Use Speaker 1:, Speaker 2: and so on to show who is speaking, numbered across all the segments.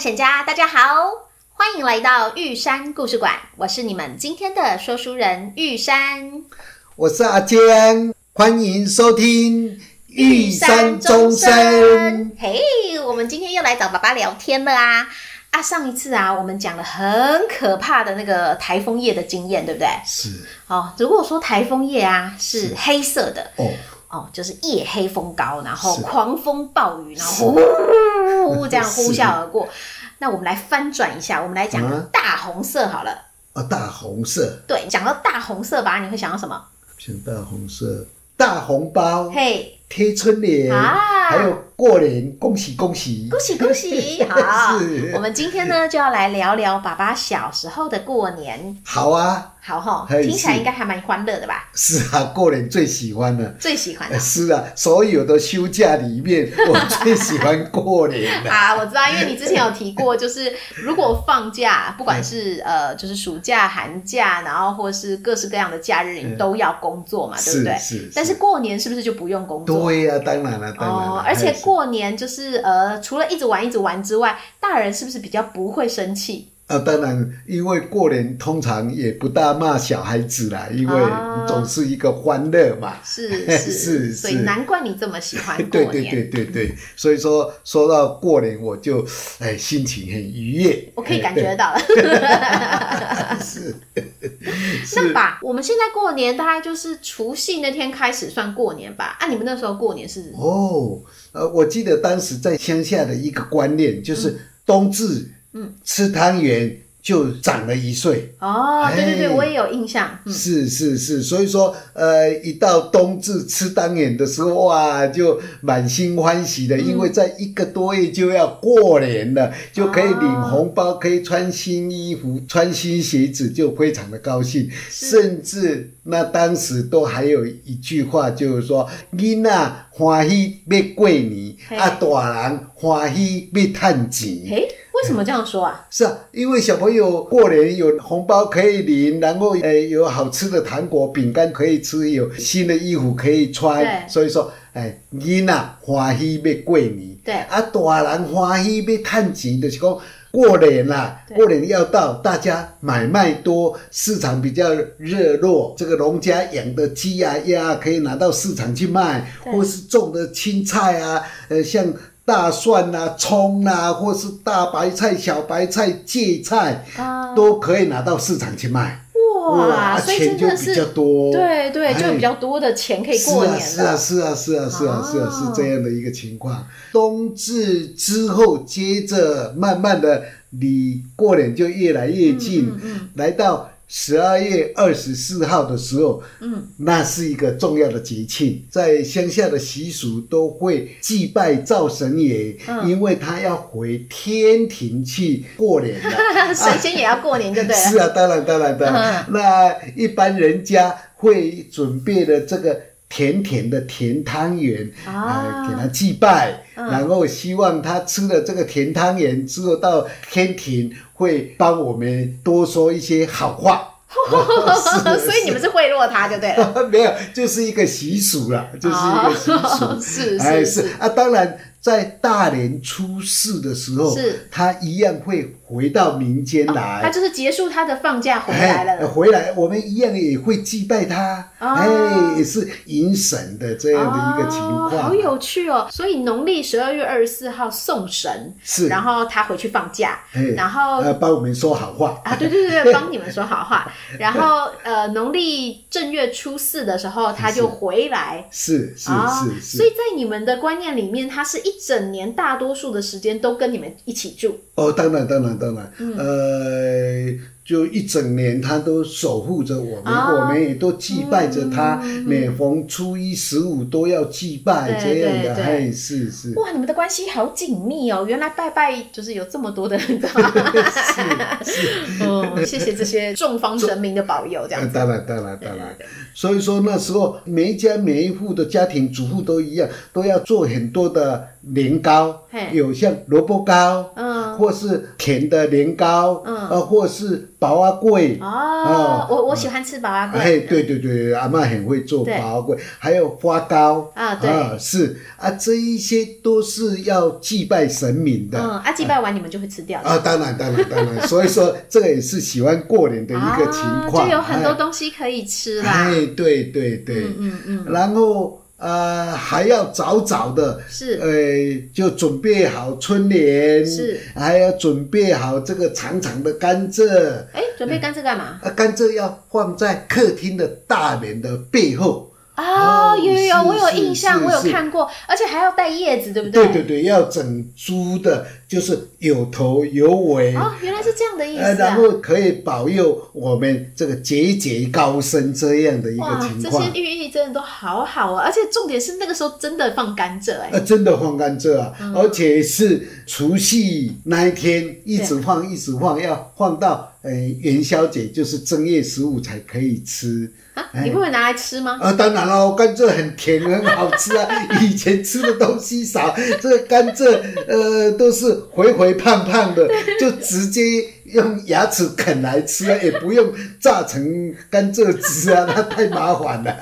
Speaker 1: 险家，大家好，欢迎来到玉山故事馆，我是你们今天的说书人玉山。
Speaker 2: 我是阿坚，欢迎收听《玉山钟声》。
Speaker 1: 嘿我们今天又来找爸爸聊天了啊！啊，上一次啊，我们讲了很可怕的那个台风夜的经验，对不对？
Speaker 2: 是
Speaker 1: 哦，如果说台风夜啊是黑色的，
Speaker 2: 哦，
Speaker 1: 哦，就是夜黑风高，然后
Speaker 2: 是
Speaker 1: 狂风暴雨，然
Speaker 2: 是
Speaker 1: 后呼这样
Speaker 2: 是
Speaker 1: 呼啸而过。那我们来翻转一下，我们来讲
Speaker 2: 嗯
Speaker 1: 大红色好了。
Speaker 2: 啊，大红色，
Speaker 1: 对，讲到大红色吧，你会想到什么？
Speaker 2: 像大红色，大红包，
Speaker 1: 嘿，
Speaker 2: 贴春联，
Speaker 1: 啊
Speaker 2: 还有过年，恭喜恭喜，
Speaker 1: 恭喜恭 喜！好
Speaker 2: 是，
Speaker 1: 我们今天呢就要来聊聊爸爸小时候的过年，
Speaker 2: 好啊，
Speaker 1: 好吼，
Speaker 2: 嘿
Speaker 1: 听起来
Speaker 2: 是
Speaker 1: 应该还蛮欢乐的吧？
Speaker 2: 是啊，过年最喜欢了。
Speaker 1: 最喜欢
Speaker 2: 呃
Speaker 1: 的。
Speaker 2: 是啊，所有的休假 里面，我最喜欢过年了。
Speaker 1: 啊，我知道，因为你之前有提过，就是如果放假，不管是呃，就是暑假、寒假，然后或是各式各样的假日，你
Speaker 2: 嗯
Speaker 1: 都要工作嘛，啊对不
Speaker 2: 是
Speaker 1: 对？
Speaker 2: 是，
Speaker 1: 但是过年是不是就不用工作？
Speaker 2: 对呀、当然了，啊当然了。
Speaker 1: 哦，而且
Speaker 2: 还是
Speaker 1: 过年就是呃，除了一直玩一直玩之外，大人是不是比较不会生气？
Speaker 2: 啊，当然，因为过年通常也不大骂小孩子啦，因为
Speaker 1: 啊
Speaker 2: 总是一个欢乐嘛。
Speaker 1: 是
Speaker 2: 是
Speaker 1: 所以
Speaker 2: 是
Speaker 1: 难怪你这么喜欢过
Speaker 2: 对
Speaker 1: 年。
Speaker 2: 对对对对，所以说说到过年，我就哎心情很愉悦。
Speaker 1: 我可以
Speaker 2: 哎
Speaker 1: 感觉得到了。
Speaker 2: 是
Speaker 1: 那
Speaker 2: 是
Speaker 1: 吧，我们现在过年大概就是除夕那天开始算过年吧？啊，你们那时候过年是
Speaker 2: 哦，呃，我记得当时在乡下的一个观念就是冬至，
Speaker 1: 嗯，
Speaker 2: 吃汤圆就长了一岁。
Speaker 1: 哦，对对对，
Speaker 2: 哎
Speaker 1: 我也有印象。嗯，
Speaker 2: 是是是，所以说，呃，一到冬至吃汤圆的时候，哇，就满心欢喜
Speaker 1: 嗯
Speaker 2: 的，因为在一个多月就要过年了，就可以领红包，可以穿新衣服、穿新鞋子，就非常的高兴。甚至那当时都还有一句话，就是说，囡仔欢喜要过年，
Speaker 1: 嘿
Speaker 2: 啊，大人欢喜要趁钱。
Speaker 1: 诶，为什么这样说啊？
Speaker 2: 是啊，因为小朋友过年有红包可以领，然后呃有好吃的糖果、饼干可以吃，有新的衣服可以穿，
Speaker 1: 对
Speaker 2: 所以说，哎，囡仔欢喜要过年，
Speaker 1: 对
Speaker 2: 啊，大人欢喜要趁钱，就是讲过年啦、
Speaker 1: 对
Speaker 2: 过年要到，大家买卖多，市场比较热络，这个农家养的鸡啊、鸭啊可以拿到市场去卖，
Speaker 1: 对
Speaker 2: 或是种的青菜啊，呃，像大蒜啊、葱啊，或是大白菜、小白菜、芥菜，
Speaker 1: 啊，
Speaker 2: 都可以拿到市场去卖。
Speaker 1: 哇，
Speaker 2: 啊
Speaker 1: 所以真
Speaker 2: 钱就
Speaker 1: 的
Speaker 2: 比较
Speaker 1: 是。
Speaker 2: 多。
Speaker 1: 对对，就有比
Speaker 2: 哎
Speaker 1: 较多的钱可以过年
Speaker 2: 是啊，
Speaker 1: 了。
Speaker 2: 是啊，是啊，是啊，是啊，
Speaker 1: 哦
Speaker 2: 是这样的一个情况。冬至之后，接着慢慢的离过年就越来越近，
Speaker 1: 嗯嗯
Speaker 2: 来到十二月二十四号的时候，
Speaker 1: 嗯，
Speaker 2: 那是一个重要的节庆，在乡下的习俗都会祭拜灶神爷，
Speaker 1: 嗯
Speaker 2: 因为他要回天庭去过年 了。
Speaker 1: 神仙也要过年，对不对嗯了？
Speaker 2: 啊 是啊，当然当然当然。那一般人家会准备的这个甜甜的甜汤圆
Speaker 1: 啊
Speaker 2: 呃给他祭拜，
Speaker 1: 嗯
Speaker 2: 然后希望他吃了这个甜汤圆之后到天庭会帮我们多说一些好话。
Speaker 1: 所以你们是贿赂他就对了。
Speaker 2: 没有，就是一个习俗啦， 就是一个习俗。
Speaker 1: 哦 是
Speaker 2: 哎，
Speaker 1: 是
Speaker 2: 是啊，当然，在大年初四的时候，
Speaker 1: 是哦
Speaker 2: 他一样会回到民间来。
Speaker 1: 他就是结束他的放假回来
Speaker 2: 哎
Speaker 1: 了。
Speaker 2: 回来，我们一样也会祭拜他，
Speaker 1: 哦
Speaker 2: 哎，也是迎神的这样的一个情
Speaker 1: 哦
Speaker 2: 况，啊
Speaker 1: 好有趣哦！所以农历十二月二十四号送神，
Speaker 2: 是，
Speaker 1: 然后他回去放假，
Speaker 2: 哎
Speaker 1: 然后
Speaker 2: 呃帮我们说好话，
Speaker 1: 啊，对对对对，帮你们说好 话。然后呃，农历正月初四的时候，他就回来。
Speaker 2: 是是
Speaker 1: 啊，
Speaker 2: 是
Speaker 1: 所以
Speaker 2: 是，
Speaker 1: 在你们的观念里面，他是一整年大多数的时间都跟你们一起住。
Speaker 2: 哦，当然当然当然，
Speaker 1: 嗯
Speaker 2: 呃。就一整年，他都守护着我们，
Speaker 1: 哦
Speaker 2: 我们也都祭拜着他。
Speaker 1: 嗯
Speaker 2: 每逢初一、十五都要祭
Speaker 1: 对
Speaker 2: 拜，这样
Speaker 1: 对对
Speaker 2: 的，哎，是是。
Speaker 1: 哇，你们的关系好紧密哦！原来拜拜就是有这么多的，你知道吗？嗯，谢谢这些众方神明的保佑，这样
Speaker 2: 呃
Speaker 1: 子。
Speaker 2: 当然，当然，当然。所以说那时候每一家每一户的家庭主妇都一样，都要做很多的年糕
Speaker 1: 嘿，
Speaker 2: 有像萝卜糕，
Speaker 1: 嗯
Speaker 2: 或是甜的年糕，
Speaker 1: 嗯
Speaker 2: 呃，或是薄啊贵，
Speaker 1: 哦，我我喜欢吃宝啊
Speaker 2: 哎，
Speaker 1: 贵，
Speaker 2: 对对对，阿嬷很会做
Speaker 1: 对
Speaker 2: 包啊粿，还有花糕
Speaker 1: 嗯啊对
Speaker 2: 是啊，这一些都是要祭拜神明的。
Speaker 1: 嗯，啊，祭拜完你们就会吃掉
Speaker 2: 啊，当然，当然，当 然，所以说这个也是喜欢过年的一个情
Speaker 1: 啊
Speaker 2: 况，
Speaker 1: 就有很多
Speaker 2: 哎
Speaker 1: 东西可以吃啦。
Speaker 2: 哎，对对对，
Speaker 1: 嗯嗯嗯，
Speaker 2: 然后呃还要早早的，
Speaker 1: 是
Speaker 2: 呃，就准备好春联，
Speaker 1: 是，
Speaker 2: 还要准备好这个长长的甘蔗，
Speaker 1: 哎，准备甘蔗干嘛？
Speaker 2: 啊，甘蔗要放在客厅的大帘的背后，
Speaker 1: 哦，
Speaker 2: 哦
Speaker 1: 有有有，
Speaker 2: 是
Speaker 1: 我有
Speaker 2: 是
Speaker 1: 印象，
Speaker 2: 是
Speaker 1: 我有
Speaker 2: 是
Speaker 1: 看过，而且还要带叶子，对不
Speaker 2: 对
Speaker 1: 对
Speaker 2: 对对，要整株的，就是有头有尾。
Speaker 1: 哦，原来是这样的意
Speaker 2: 呃，
Speaker 1: 思
Speaker 2: 然
Speaker 1: 啊！
Speaker 2: 后可以保佑我们这个节节高升这样的一个
Speaker 1: 哇，
Speaker 2: 情
Speaker 1: 这
Speaker 2: 况
Speaker 1: 些。寓意真的都好好啊！而且重点是那个时候真的放甘蔗哎、
Speaker 2: 呃，真的放甘蔗啊，而且是除夕那一天一直放一直放，要放到呃元宵节，就是正月十五才可以吃。
Speaker 1: 啊，你会不会拿来吃吗？
Speaker 2: 啊，当然喽，甘蔗很甜，很好吃啊。 以前吃的东西少，这个甘蔗呃都是肥肥胖胖的，就直接用牙齿啃来吃啊，也不用榨成甘蔗汁啊，那太麻烦了。 哎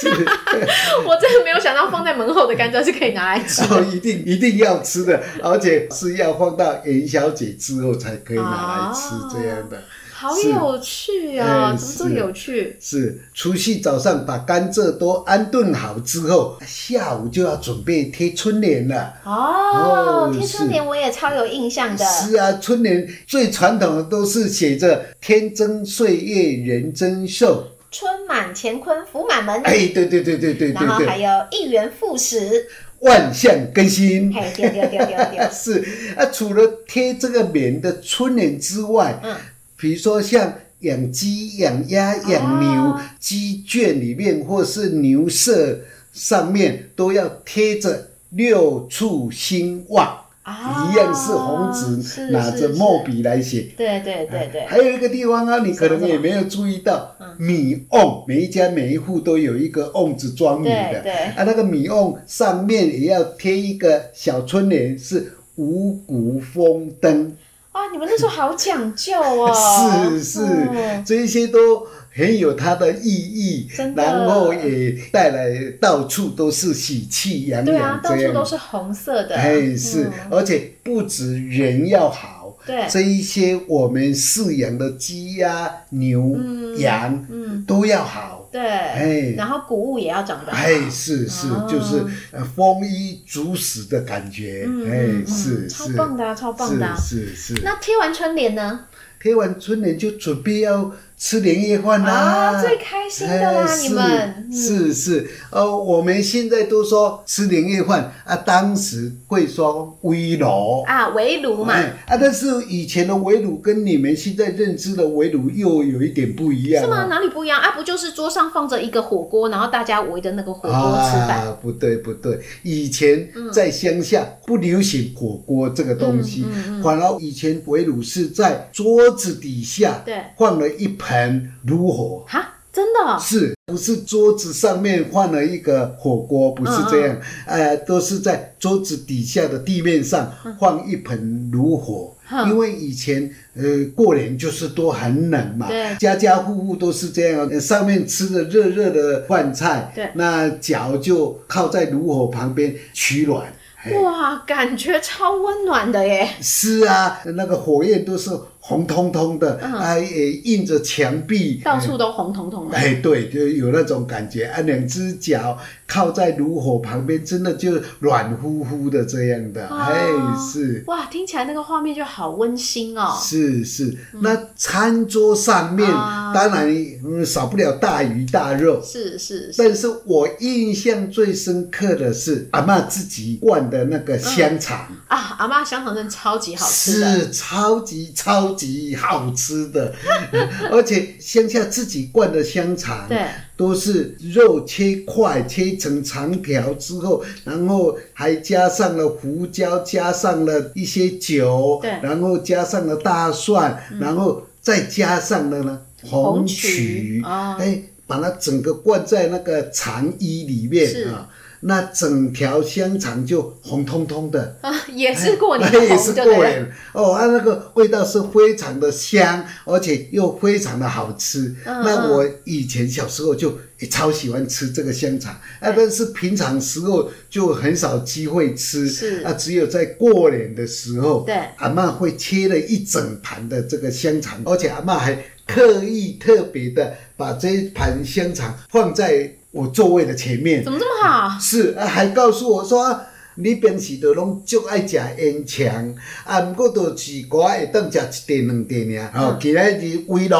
Speaker 2: 是。哎
Speaker 1: 我真的没有想到放在门后的甘蔗是可以拿来 吃
Speaker 2: 然后一定一定要吃的，而且是要放到元宵节之后才可以拿来吃
Speaker 1: 哦
Speaker 2: 这样的。
Speaker 1: 好有趣哦，
Speaker 2: 哎
Speaker 1: 怎么这么
Speaker 2: 是
Speaker 1: 有趣？
Speaker 2: 是除夕早上把甘蔗都安顿好之后，下午就要准备贴春联了。
Speaker 1: 哦，
Speaker 2: 哦
Speaker 1: 贴春联我也超有印象的，
Speaker 2: 是啊，春联最传统的都是写着“天增岁月人增寿
Speaker 1: 春满乾坤福满”，门，
Speaker 2: 哎，对对对对对对
Speaker 1: 然后还
Speaker 2: 对，
Speaker 1: 有一元复 始，
Speaker 2: 万象更新。，
Speaker 1: 嘿，丢丢丢丢丢
Speaker 2: 是啊，除了贴这个棉的春联之外，
Speaker 1: 嗯，
Speaker 2: 比如说像养鸡、养鸭、养牛，
Speaker 1: 哦
Speaker 2: 鸡圈里面或是牛舍上面都要贴着六畜兴旺，
Speaker 1: 啊
Speaker 2: 一样是红纸，
Speaker 1: 是
Speaker 2: 拿
Speaker 1: 哦是
Speaker 2: 着
Speaker 1: 是
Speaker 2: 墨笔来写。
Speaker 1: 对对对嗯对，
Speaker 2: 还有一个地方啊，你可
Speaker 1: 什么
Speaker 2: 能
Speaker 1: 什
Speaker 2: 也
Speaker 1: 么
Speaker 2: 没有注意到，米瓮，每一家每一户都有一个瓮子装米
Speaker 1: 对
Speaker 2: 的。
Speaker 1: 对
Speaker 2: 啊，那个米瓮上面也要贴一个小春联，是五谷丰登。
Speaker 1: 哇，你们那时候好讲究哦，
Speaker 2: 是是
Speaker 1: 嗯，
Speaker 2: 这一些都很有它的意义
Speaker 1: 真，的
Speaker 2: 然后也带来到处都是喜气洋
Speaker 1: 对啊
Speaker 2: 洋，
Speaker 1: 到
Speaker 2: 这
Speaker 1: 处
Speaker 2: 样。
Speaker 1: 都是红色的，
Speaker 2: 哎，是
Speaker 1: 嗯，
Speaker 2: 而且不止人要好，
Speaker 1: 对
Speaker 2: 这一些我们饲养的鸡呀、牛、羊
Speaker 1: 嗯，
Speaker 2: 都要好。
Speaker 1: 对，
Speaker 2: 哎
Speaker 1: 然后谷物也要长得好，
Speaker 2: 哎，是是
Speaker 1: 哦，
Speaker 2: 就是呃丰衣足食的感觉。
Speaker 1: 嗯
Speaker 2: 哎
Speaker 1: 嗯，
Speaker 2: 是
Speaker 1: 嗯超
Speaker 2: 是
Speaker 1: 棒的啊，超棒的啊。
Speaker 2: 是是是。
Speaker 1: 那贴完春联呢？
Speaker 2: 贴完春联就准备要吃年夜饭啦，
Speaker 1: 啊，最开心的啦，
Speaker 2: 哎
Speaker 1: 你们，嗯
Speaker 2: 是是是，呃，我们现在都说吃年夜饭啊，当时会说围炉。
Speaker 1: 啊，围炉嘛，
Speaker 2: 哎啊，但是以前的围炉跟你们现在认知的围炉又有一点不一样、
Speaker 1: 是吗？
Speaker 2: 啊。
Speaker 1: 哪里不一样啊？不就是桌上放着一个火锅，然后大家围着那个火锅吃饭？
Speaker 2: 啊，不对不对，以前在乡下不流行火锅这个东西，
Speaker 1: 嗯嗯
Speaker 2: 反而以前围炉是在桌子底下
Speaker 1: 对
Speaker 2: 放了一盆炉火，
Speaker 1: 哈、真的、哦？
Speaker 2: 是不是桌子上面放了一个火锅？不是这样，
Speaker 1: 嗯
Speaker 2: 呃，都是在桌子底下的地面上放一盆炉火，
Speaker 1: 哼
Speaker 2: 因为以前呃过年就是都很冷嘛
Speaker 1: 对，
Speaker 2: 家家户户都是这样，呃上面吃的热热的饭菜，
Speaker 1: 对
Speaker 2: 那脚就靠在炉火旁边取暖。哎嘿
Speaker 1: 哦哇，感觉超温暖的耶！
Speaker 2: 是啊，那个火焰都是红彤彤的，
Speaker 1: 嗯
Speaker 2: 啊，也映着墙壁，
Speaker 1: 到处都红彤彤的，
Speaker 2: 哎，对，就有那种感觉啊，两只脚靠在炉火旁边，真的就软乎乎的这样的，
Speaker 1: 哦
Speaker 2: 哎，是
Speaker 1: 哇，听起来那个画面就好温馨哦。
Speaker 2: 是是。那餐桌上面、
Speaker 1: 啊
Speaker 2: 当然、嗯、少不了大鱼大肉，
Speaker 1: 是是是，
Speaker 2: 但是我印象最深刻的是阿嬷自己灌的那个香肠，
Speaker 1: 啊，阿妈香肠真的超级好吃的，
Speaker 2: 是超级超级好吃的， 而且乡下自己灌的香肠，
Speaker 1: 对，
Speaker 2: 都是肉切块，切成长条之后，然后还加上了胡椒，加上了一些酒，
Speaker 1: 对嗯
Speaker 2: 然后加上了大蒜，然后再加上了呢
Speaker 1: 红
Speaker 2: 红
Speaker 1: 曲
Speaker 2: 曲，
Speaker 1: 哦
Speaker 2: 哎，把它整个灌在那个肠衣里面
Speaker 1: 是
Speaker 2: 啊。那整条香肠就红彤彤的，
Speaker 1: 啊，也是过年
Speaker 2: 哎也
Speaker 1: 红，
Speaker 2: 是
Speaker 1: 对
Speaker 2: 过
Speaker 1: 不对？
Speaker 2: 年哦，它、那个味道是非常的香，而且又非常的好吃。
Speaker 1: 嗯
Speaker 2: 那我以前小时候就也超喜欢吃这个香肠，啊，但是平常时候就很少机会吃，
Speaker 1: 是
Speaker 2: 啊，只有在过年的时候，
Speaker 1: 对
Speaker 2: 阿嬷会切了一整盘的这个香肠，而且阿嬷还刻意特别的把这一盘香肠放在我座位的前面。
Speaker 1: 怎么这么好？
Speaker 2: 是，啊，还告诉我说，啊你平时都拢足爱食烟肠，啊，毋过就是我会当食一碟两碟
Speaker 1: 嗯
Speaker 2: 尔，哦，今仔日围炉。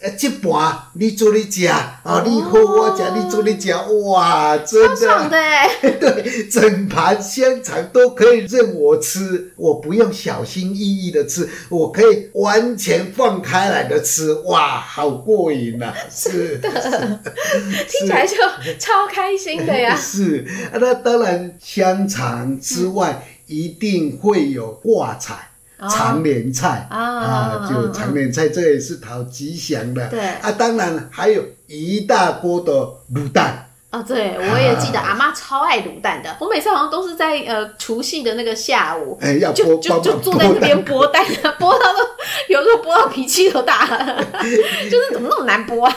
Speaker 2: 啊，即盘你做你食，哦，你好我食，你做你食，哇，真
Speaker 1: 超
Speaker 2: 的，
Speaker 1: 爽的欸，
Speaker 2: 对，整盘香肠都可以任我吃，我不用小心翼翼的吃，我可以完全放开来的吃，哇，好过瘾呐、啊！是。
Speaker 1: 听起来就超开心的呀
Speaker 2: 是啊，那当然香肠之外，一定会有挂彩。
Speaker 1: 嗯哦
Speaker 2: 长年菜
Speaker 1: 啊
Speaker 2: 就长年菜，这也是讨吉祥的。
Speaker 1: 对
Speaker 2: 啊，当然还有一大锅的卤蛋，
Speaker 1: 哦，对，我也记得
Speaker 2: 啊
Speaker 1: 阿妈超爱卤蛋的，我每次好像都是在呃除夕的那个下午。
Speaker 2: 哎，要
Speaker 1: 就
Speaker 2: 剥
Speaker 1: 就
Speaker 2: 帮
Speaker 1: 就
Speaker 2: 忙
Speaker 1: 坐在那
Speaker 2: 剥
Speaker 1: 边
Speaker 2: 蛋。
Speaker 1: 剥蛋，啊 剥到都有时候剥到脾气都大了， 就是怎么那么难剥啊？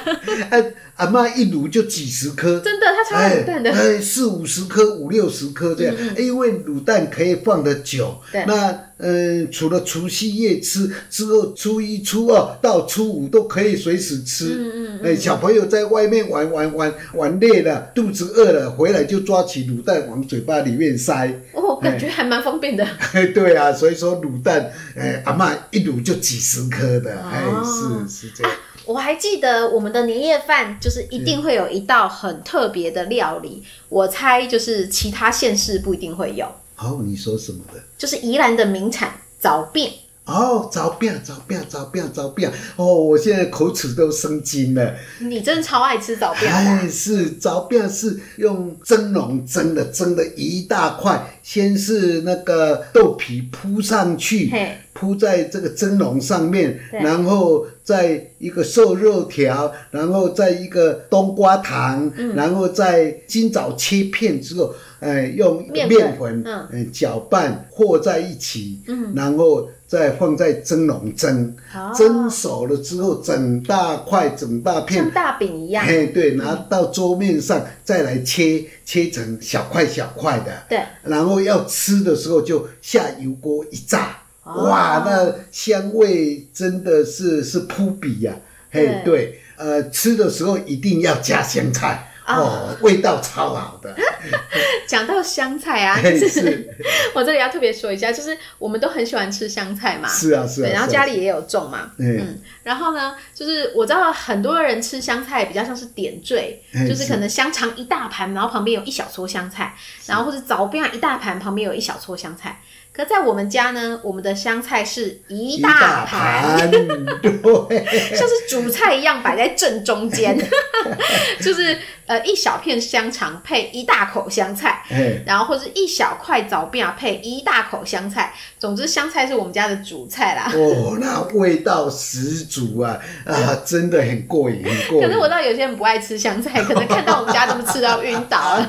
Speaker 2: 啊， 阿妈一卤就几十颗，
Speaker 1: 真的，他超爱
Speaker 2: 哎
Speaker 1: 卤蛋的，嗯
Speaker 2: 哎，四五十颗、五六十颗这样，因为卤蛋可以放得久
Speaker 1: 对。
Speaker 2: 那嗯，除了除夕夜吃之后，初一、初二到初五都可以随时吃。
Speaker 1: 嗯嗯
Speaker 2: 哎，小朋友在外面玩玩玩玩累了，肚子饿了，回来就抓起卤蛋往嘴巴里面塞。
Speaker 1: 我哦
Speaker 2: 哎
Speaker 1: 感觉还蛮方便的。
Speaker 2: 对啊，所以说卤蛋，哎，阿妈一卤就几十颗的，哎，
Speaker 1: 哦
Speaker 2: 是是这样。
Speaker 1: 我还记得我们的年夜饭就是一
Speaker 2: 嗯
Speaker 1: 定会有一道很特别的料理，我猜就是其他县市不一定会有，
Speaker 2: 好、你说什么的？
Speaker 1: 就是宜兰的名产早变。
Speaker 2: 哦，早变早变早变早变哦！我现在口齿都生津了。
Speaker 1: 你真的超爱吃早变的啊、
Speaker 2: 哎，是早变是用蒸笼蒸的，蒸的一大块，先是那个豆皮铺上去
Speaker 1: 嘿，
Speaker 2: 铺在这个蒸笼上面，
Speaker 1: 对
Speaker 2: 然后再一个瘦肉条，然后再一个冬瓜糖，
Speaker 1: 嗯
Speaker 2: 然后再今早切片之后，哎，用
Speaker 1: 面粉
Speaker 2: 面粉
Speaker 1: 嗯
Speaker 2: 哎搅拌和在一起，然后再放在蒸笼蒸
Speaker 1: 哦，
Speaker 2: 蒸熟了之后，整大块整大片
Speaker 1: 像大饼一样。
Speaker 2: 嘿，对，拿到桌面上再来切，切成小块小块的，
Speaker 1: 对，
Speaker 2: 然后要吃的时候就下油锅一炸，
Speaker 1: 哦
Speaker 2: 哇，那香味真的是是扑鼻呀、嘿
Speaker 1: 对，
Speaker 2: 对，呃，吃的时候一定要加香菜。
Speaker 1: 啊
Speaker 2: 哦，味道超好的，
Speaker 1: 讲到香菜啊，就
Speaker 2: 嘿
Speaker 1: 是
Speaker 2: 是
Speaker 1: 我这里要特别说一下，就是我们都很喜欢吃香菜嘛，
Speaker 2: 是啊是啊，
Speaker 1: 对，然后
Speaker 2: 是啊
Speaker 1: 家里也有种嘛，
Speaker 2: 嗯
Speaker 1: 嗯，然后呢，就是我知道很多人吃香菜比较像是点缀，
Speaker 2: 嗯
Speaker 1: 就是
Speaker 2: 是
Speaker 1: 可能香肠一大盘，然后旁边有一小撮香菜，然后或者早变一大盘，旁边有一小撮香菜。可在我们家呢，我们的香菜是一
Speaker 2: 一
Speaker 1: 大
Speaker 2: 大
Speaker 1: 盘，
Speaker 2: 盘， 对，
Speaker 1: 像是主菜一样摆在正中间，就是呃一小片香肠配一大口香菜，
Speaker 2: 哎，
Speaker 1: 然后或者一小块枣饼啊配一大口香菜，总之香菜是我们家的主菜啦。
Speaker 2: 哦，那味道十足啊啊，真的很过瘾，很过瘾。
Speaker 1: 可是我知道有些人不爱吃香 菜，可能看到我们家这么吃到晕倒了。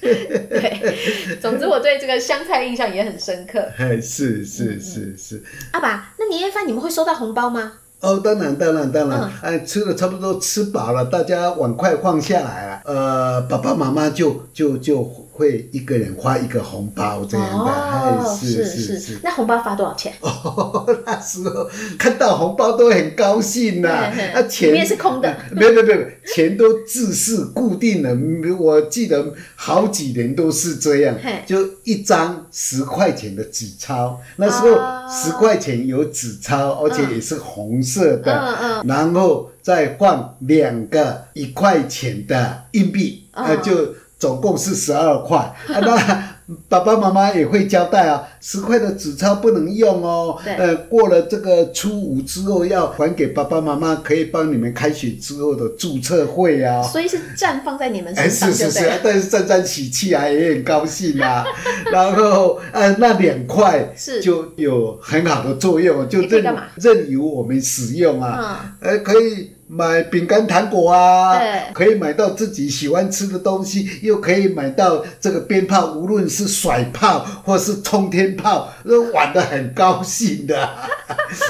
Speaker 1: 对，总之我对这个香菜印象也很深刻。
Speaker 2: 嘿，哎是是是是，
Speaker 1: 阿爸，那年夜饭你们会收到红包吗？
Speaker 2: 哦，当然当然当然
Speaker 1: 嗯，
Speaker 2: 哎，吃的差不多吃饱了，大家碗筷放下来了，呃，爸爸妈妈就就就会一个人花一个红包这样的，哎，
Speaker 1: 哦是
Speaker 2: 是是是。
Speaker 1: 那红包发多少钱？
Speaker 2: 哦，那时候看到红包都很高兴呐、
Speaker 1: 嘿嘿
Speaker 2: 那钱
Speaker 1: 里面是空的，
Speaker 2: 没有没有没有，钱都自是固定的。嗯我记得好几年都是这样
Speaker 1: 嘿，
Speaker 2: 就一张十块钱的纸钞，那时候
Speaker 1: 哦
Speaker 2: 十块钱有纸钞，而且也是红色的，
Speaker 1: 嗯
Speaker 2: 然后再换两个一块钱的硬币，
Speaker 1: 嗯
Speaker 2: 呃，就总共是十二块。啊， 那爸爸妈妈也会交代啊，十块的纸钞不能用哦。
Speaker 1: 对
Speaker 2: 呃，过了这个初五之后要还给爸爸妈妈，可以帮你们开学之后的注册费啊。
Speaker 1: 所以是绽放在你们
Speaker 2: 哎，
Speaker 1: 身上
Speaker 2: 是
Speaker 1: 就是对
Speaker 2: 是
Speaker 1: 了。，
Speaker 2: 但是沾沾喜气啊，也很高 兴啊。然后，呃，那两块
Speaker 1: 是
Speaker 2: 就有很好的作用，就
Speaker 1: 你可以
Speaker 2: 任
Speaker 1: 干嘛
Speaker 2: 任由我们使用啊。
Speaker 1: 嗯，
Speaker 2: 呃，可以买饼干、糖果啊
Speaker 1: 对，
Speaker 2: 可以买到自己喜欢吃的东西，又可以买到这个鞭炮，无论是甩炮或是冲天炮，都玩得很高兴的啊。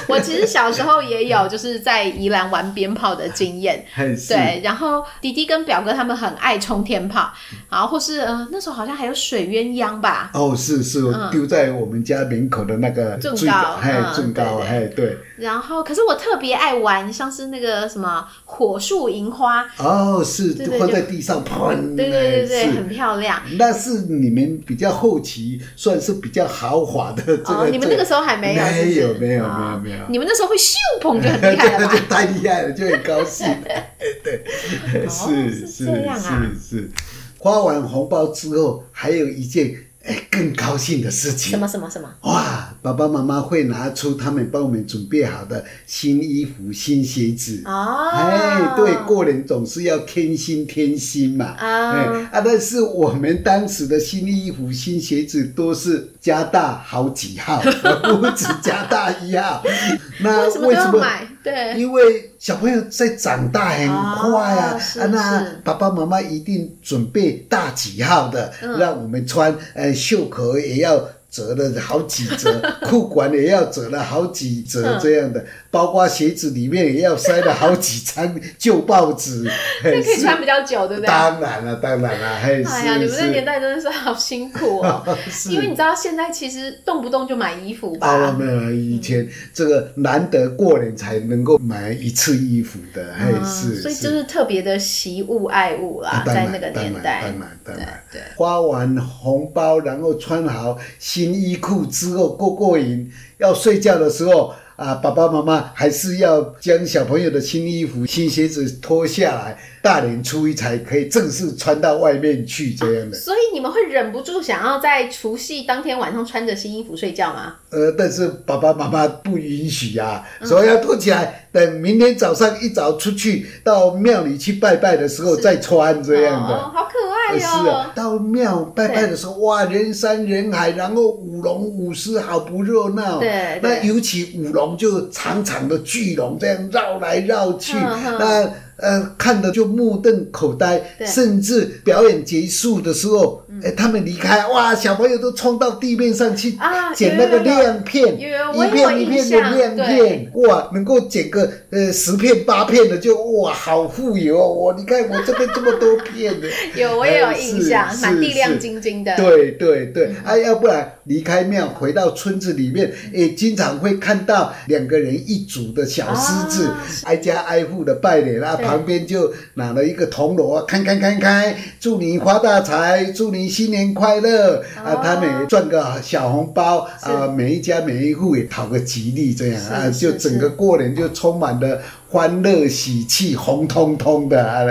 Speaker 1: 我其实小时候也有就是在宜兰玩鞭炮的经验，
Speaker 2: 很是
Speaker 1: 对，然后弟弟跟表哥他们很爱冲天炮，然后或是呃那时候好像还有水鸳鸯吧，
Speaker 2: 哦，是是，我
Speaker 1: 嗯
Speaker 2: 丢在我们家门口的那个
Speaker 1: 最
Speaker 2: 最
Speaker 1: 高
Speaker 2: 嘿
Speaker 1: 嗯，
Speaker 2: 最高，
Speaker 1: 对对
Speaker 2: 嘿，对，
Speaker 1: 然后可是我特别爱玩像是那个什么火树银花，
Speaker 2: 哦，是
Speaker 1: 对对
Speaker 2: 放在地上喷，
Speaker 1: 对对对对，
Speaker 2: 嗯哎嘿是
Speaker 1: 很漂亮。
Speaker 2: 那是你们比较后期，算是比较豪华的这个。
Speaker 1: 哦，你们那个时候还没有，是不
Speaker 2: 没
Speaker 1: 是
Speaker 2: 有没有没有
Speaker 1: 哦
Speaker 2: 没有，
Speaker 1: 你们那时候会咻砰就很
Speaker 2: 对
Speaker 1: 厉害了
Speaker 2: 对
Speaker 1: 吧？
Speaker 2: 对，太厉害了，就很高 兴。哎对，
Speaker 1: 哦是
Speaker 2: 是
Speaker 1: 这样啊
Speaker 2: 是是。花完红包之后，还有一件哎更高兴的事
Speaker 1: 什
Speaker 2: 情。
Speaker 1: 么什么什么？
Speaker 2: 哇，爸爸妈妈会拿出他们帮我们准备好的新衣服、新鞋子。
Speaker 1: 哦，
Speaker 2: 哎，对，过年总是要添新添新嘛。
Speaker 1: 啊
Speaker 2: 哎啊，但是我们当时的新衣服、新鞋子都是加大好 几号，不止加大一号。那
Speaker 1: 为什么都
Speaker 2: 为什
Speaker 1: 要
Speaker 2: 么？
Speaker 1: 买？对，
Speaker 2: 因为小朋友在长大很快啊，
Speaker 1: 哦是
Speaker 2: 啊那
Speaker 1: 是
Speaker 2: 爸爸妈妈一定准备大几号的，
Speaker 1: 嗯
Speaker 2: 让我们穿，呃，袖口也要折了好几 折，裤管也要折了好几折
Speaker 1: 嗯
Speaker 2: 这样的，包括鞋子里面也要塞了好几张旧 报纸，
Speaker 1: 这
Speaker 2: 嘿
Speaker 1: 可以
Speaker 2: 是
Speaker 1: 穿比较久，对不对？
Speaker 2: 当然了，当然了，嘿，
Speaker 1: 哎呀，你们
Speaker 2: 是
Speaker 1: 那年
Speaker 2: 是
Speaker 1: 代真的是好辛苦哦。
Speaker 2: 是
Speaker 1: 因为你知道现在其实动不动就买衣服
Speaker 2: 哦，
Speaker 1: 吧，
Speaker 2: 没有，以前
Speaker 1: 嗯
Speaker 2: 这个难得过年才能够买一次衣服的，嘿，
Speaker 1: 嗯
Speaker 2: 是，
Speaker 1: 所以
Speaker 2: 是
Speaker 1: 就是特别的惜物爱物啦，
Speaker 2: 当
Speaker 1: 在
Speaker 2: 然
Speaker 1: 那个年
Speaker 2: 当
Speaker 1: 代
Speaker 2: 然，，当然，当然。
Speaker 1: 对，
Speaker 2: 花完红包，然后穿好新衣裤之后过过瘾，要睡觉的时候啊，爸爸妈妈还是要将小朋友的新衣服、新鞋子脱下来，大年初一才可以正式穿到外面去这样的。
Speaker 1: 所以你们会忍不住想要在除夕当天晚上穿着新衣服睡觉吗？
Speaker 2: 呃，但是爸爸妈妈不允许啊，所以要脱起来，等明天早上一早出去到庙里去拜拜的时候
Speaker 1: 是
Speaker 2: 再穿这样的。
Speaker 1: 哦，好可爱
Speaker 2: 呃是啊
Speaker 1: 哦，。
Speaker 2: 到庙拜拜的时候，哇，人山人海，然后舞龙舞狮，好不热闹。
Speaker 1: 对
Speaker 2: 那
Speaker 1: 对
Speaker 2: 尤其舞龙就长长的巨龙这样绕来绕去，
Speaker 1: 嗯嗯
Speaker 2: 那呃看的就目瞪口呆，
Speaker 1: 对嗯
Speaker 2: 甚至表演结束的时候，哎、他们离开，哇，小朋友都冲到地面上去
Speaker 1: 啊
Speaker 2: 捡那个
Speaker 1: 有有有
Speaker 2: 亮片，
Speaker 1: 有有我
Speaker 2: 一
Speaker 1: 有
Speaker 2: 片一
Speaker 1: 印
Speaker 2: 片
Speaker 1: 象
Speaker 2: 的亮片，哇，能够捡个呃十片八片的就哇，好富有哦！我你看我这边这么多片的。
Speaker 1: 有我也有印象
Speaker 2: 哎，是
Speaker 1: 满地亮
Speaker 2: 是
Speaker 1: 晶晶的。嗯
Speaker 2: 对对对，啊，要不然离开庙回到村子里
Speaker 1: 嗯
Speaker 2: 面，也经常会看到两个人一组的小狮子
Speaker 1: 啊，
Speaker 2: 挨家挨户的拜年啊，
Speaker 1: 对
Speaker 2: 旁边就拿了一个铜锣啊，开开开开，祝你发大财，祝你新年快乐
Speaker 1: 哦
Speaker 2: 啊，他们也赚个小红包
Speaker 1: 是
Speaker 2: 啊，每一家每一户也讨个吉利，这样啊，
Speaker 1: 是是
Speaker 2: 就整个过年就充满了欢乐喜气，红彤彤的啊。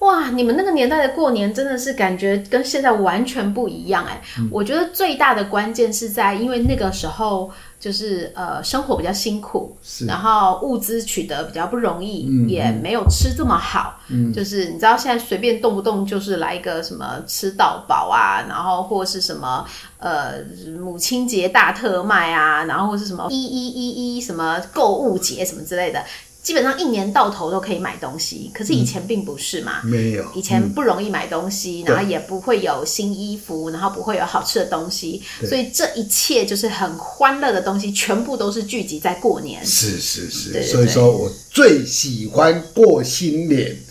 Speaker 1: 哇，你们那个年代的过年真的是感觉跟现在完全不一样哎、我觉得最大的关键是在，因为那个时候就是呃生活比较辛苦，
Speaker 2: 是
Speaker 1: 然后物资取得比较不容易，也没有吃这么好，就是你知道现在随便动不动就是来一个什么吃到饱啊，然后或是什么呃母亲节大特卖啊，然后或是什么一一一一什么购物节什么之类的。基本上一年到头都可以买东西，可是以前并不是嘛。
Speaker 2: 没有，
Speaker 1: 以前不容易买东西，然后也不会有新衣服，然后不会有好吃的东西，所以这一切就是很欢乐的东西，全部都是聚集在过年。
Speaker 2: 是是是，
Speaker 1: 对对
Speaker 2: 所以说我最喜欢过新年。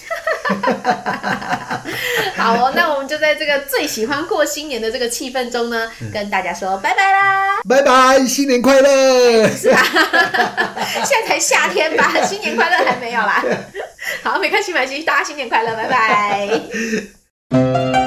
Speaker 1: 好哦，那我们就在这个最喜欢过新年的这个气氛中呢，跟大家说拜拜啦！
Speaker 2: 拜拜，新年快乐！
Speaker 1: 现在才夏天吧，新年快乐还没有啦。好，没关系，没关系，大家新年快乐，拜拜。